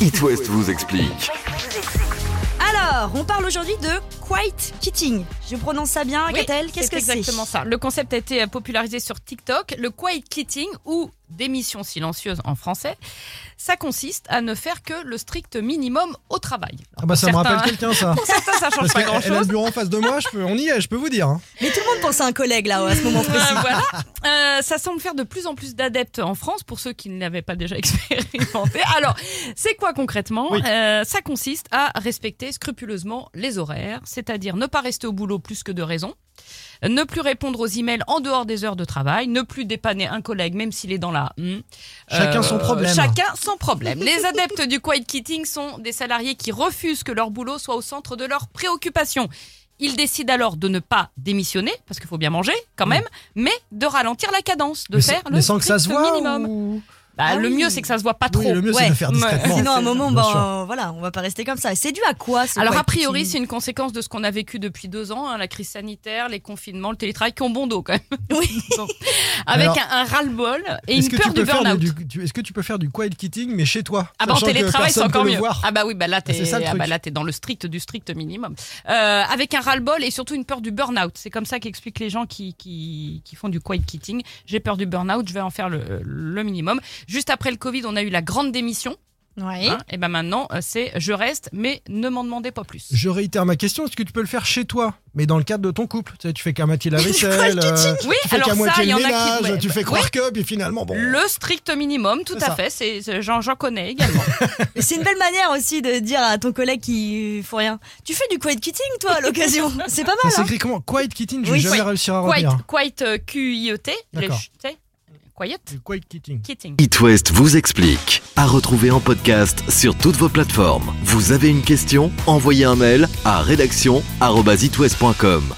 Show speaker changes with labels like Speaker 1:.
Speaker 1: It West vous explique.
Speaker 2: Alors, on parle aujourd'hui de quiet kitting. Je prononce ça bien,
Speaker 3: Oui,
Speaker 2: Ah, Gatel Qu'est-ce que c'est
Speaker 3: exactement ça. Le concept a été euh, popularisé sur TikTok, le quiet quitting ou démission silencieuse en français. Ça consiste à ne faire que le strict minimum au travail.
Speaker 4: Ah bah ça me
Speaker 3: Certains-
Speaker 4: rappelle quelqu'un ça.
Speaker 3: Pour certains, ça change
Speaker 4: Parce
Speaker 3: pas
Speaker 4: qu'elle elle a le
Speaker 3: grand-chose.
Speaker 4: bureau en face de moi, je peux, on y est, je peux vous dire. hein.
Speaker 2: Mais tout le monde pense à un collègue là, à ce moment précis.
Speaker 3: Euh, voilà. Euh, ça semble faire de plus en plus d'adeptes en France pour ceux qui ne l'avaient pas déjà expérimenté. Alors, c'est quoi concrètement
Speaker 4: Oui.
Speaker 3: Euh, Ça consiste à respecter scrupuleusement les horaires, c'est-à-dire ne pas rester au boulot plus que de raison, ne plus répondre aux emails en dehors des heures de travail, ne plus dépanner un collègue même s'il est dans la hmm.
Speaker 4: Chacun son problème.
Speaker 3: Chacun son problème. Les adeptes du quiet quitting sont des salariés qui refusent que leur boulot soit au centre de leurs préoccupations. Ils décident alors de ne pas démissionner, parce qu'il faut bien manger quand même, mais de ralentir la cadence, de
Speaker 4: Mm. mais
Speaker 3: faire
Speaker 4: sans-
Speaker 3: le
Speaker 4: mais sans que ça se
Speaker 3: strict
Speaker 4: voit.
Speaker 3: minimum.
Speaker 4: ou-
Speaker 3: Bah,
Speaker 2: Ah
Speaker 3: le
Speaker 2: oui.
Speaker 3: mieux, c'est que ça se voit pas
Speaker 4: Oui,
Speaker 3: trop.
Speaker 4: le mieux c'est de
Speaker 3: Ouais.
Speaker 4: le faire discrètement.
Speaker 2: Sinon, à un moment,
Speaker 4: Bien
Speaker 2: bah,
Speaker 4: sûr.
Speaker 2: euh, voilà, on va pas rester comme ça. Et C'est dû à quoi ce
Speaker 3: Alors
Speaker 2: quiet
Speaker 3: a priori, c'est
Speaker 2: kitting
Speaker 3: une conséquence de ce qu'on a vécu depuis deux ans, hein, la crise sanitaire, les confinements, le télétravail, qui ont bon dos quand même.
Speaker 2: Oui.
Speaker 3: Bon. Avec
Speaker 4: Alors,
Speaker 3: un, un ras-le-bol et
Speaker 4: Est-ce
Speaker 3: une
Speaker 4: que
Speaker 3: peur
Speaker 4: tu
Speaker 3: du
Speaker 4: peux faire
Speaker 3: burn-out.
Speaker 4: du, du- est-ce que tu peux faire du quiet quitting mais chez toi
Speaker 3: Ah bah en
Speaker 4: sachant que
Speaker 3: télétravail c'est
Speaker 4: personne
Speaker 3: encore
Speaker 4: peut le
Speaker 3: mieux.
Speaker 4: voir.
Speaker 3: Ah bah oui bah là t'es
Speaker 4: C'est ça, le
Speaker 3: ah bah
Speaker 4: truc.
Speaker 3: là, t'es dans le strict du strict minimum. Euh, avec un ras-le-bol et surtout une peur du burn-out. C'est comme ça qu'expliquent les gens qui, qui, qui font du quiet quitting. J'ai peur du burn-out, je vais en faire le, le minimum. Juste après le Covid on a eu la grande démission.
Speaker 2: Ouais.
Speaker 4: Hein
Speaker 3: et ben maintenant euh, c'est je reste mais ne m'en demandez pas plus.
Speaker 4: Je réitère ma question, est-ce que tu peux le faire chez toi mais dans le cadre de ton couple Tu sais, tu fais qu'à moitié la vaisselle,
Speaker 2: quiet
Speaker 4: euh,
Speaker 3: Oui
Speaker 4: tu fais
Speaker 3: alors
Speaker 4: qu'à
Speaker 3: ça
Speaker 4: moitié
Speaker 3: il y
Speaker 4: le
Speaker 3: en a
Speaker 4: ménage,
Speaker 3: qui ouais,
Speaker 4: tu fais
Speaker 3: bah,
Speaker 4: croire
Speaker 3: ouais,
Speaker 4: que puis finalement bon.
Speaker 3: le strict minimum, tout
Speaker 4: C'est
Speaker 3: à
Speaker 4: ça.
Speaker 3: fait. C'est c'est- j'en j'en connais également.
Speaker 2: Et C'est une belle manière aussi de dire à ton collègue qui euh, faut rien. Tu fais du quiet kitting toi à l'occasion. C'est pas
Speaker 4: Ça
Speaker 2: mal. hein.
Speaker 4: s'écrit comment Quiet quitting, je vais
Speaker 2: Oui,
Speaker 4: jamais
Speaker 3: quiet-
Speaker 4: réussir à
Speaker 3: quiet
Speaker 4: revenir.
Speaker 3: quiet euh, Q I E T. les-
Speaker 4: D'accord.
Speaker 3: tu sais, Quiet
Speaker 4: Du Quiet quitting.
Speaker 3: quitting.
Speaker 1: It West vous explique. À retrouver en podcast sur toutes vos plateformes. Vous avez une question Envoyez un mail à rédaction@itwest.com.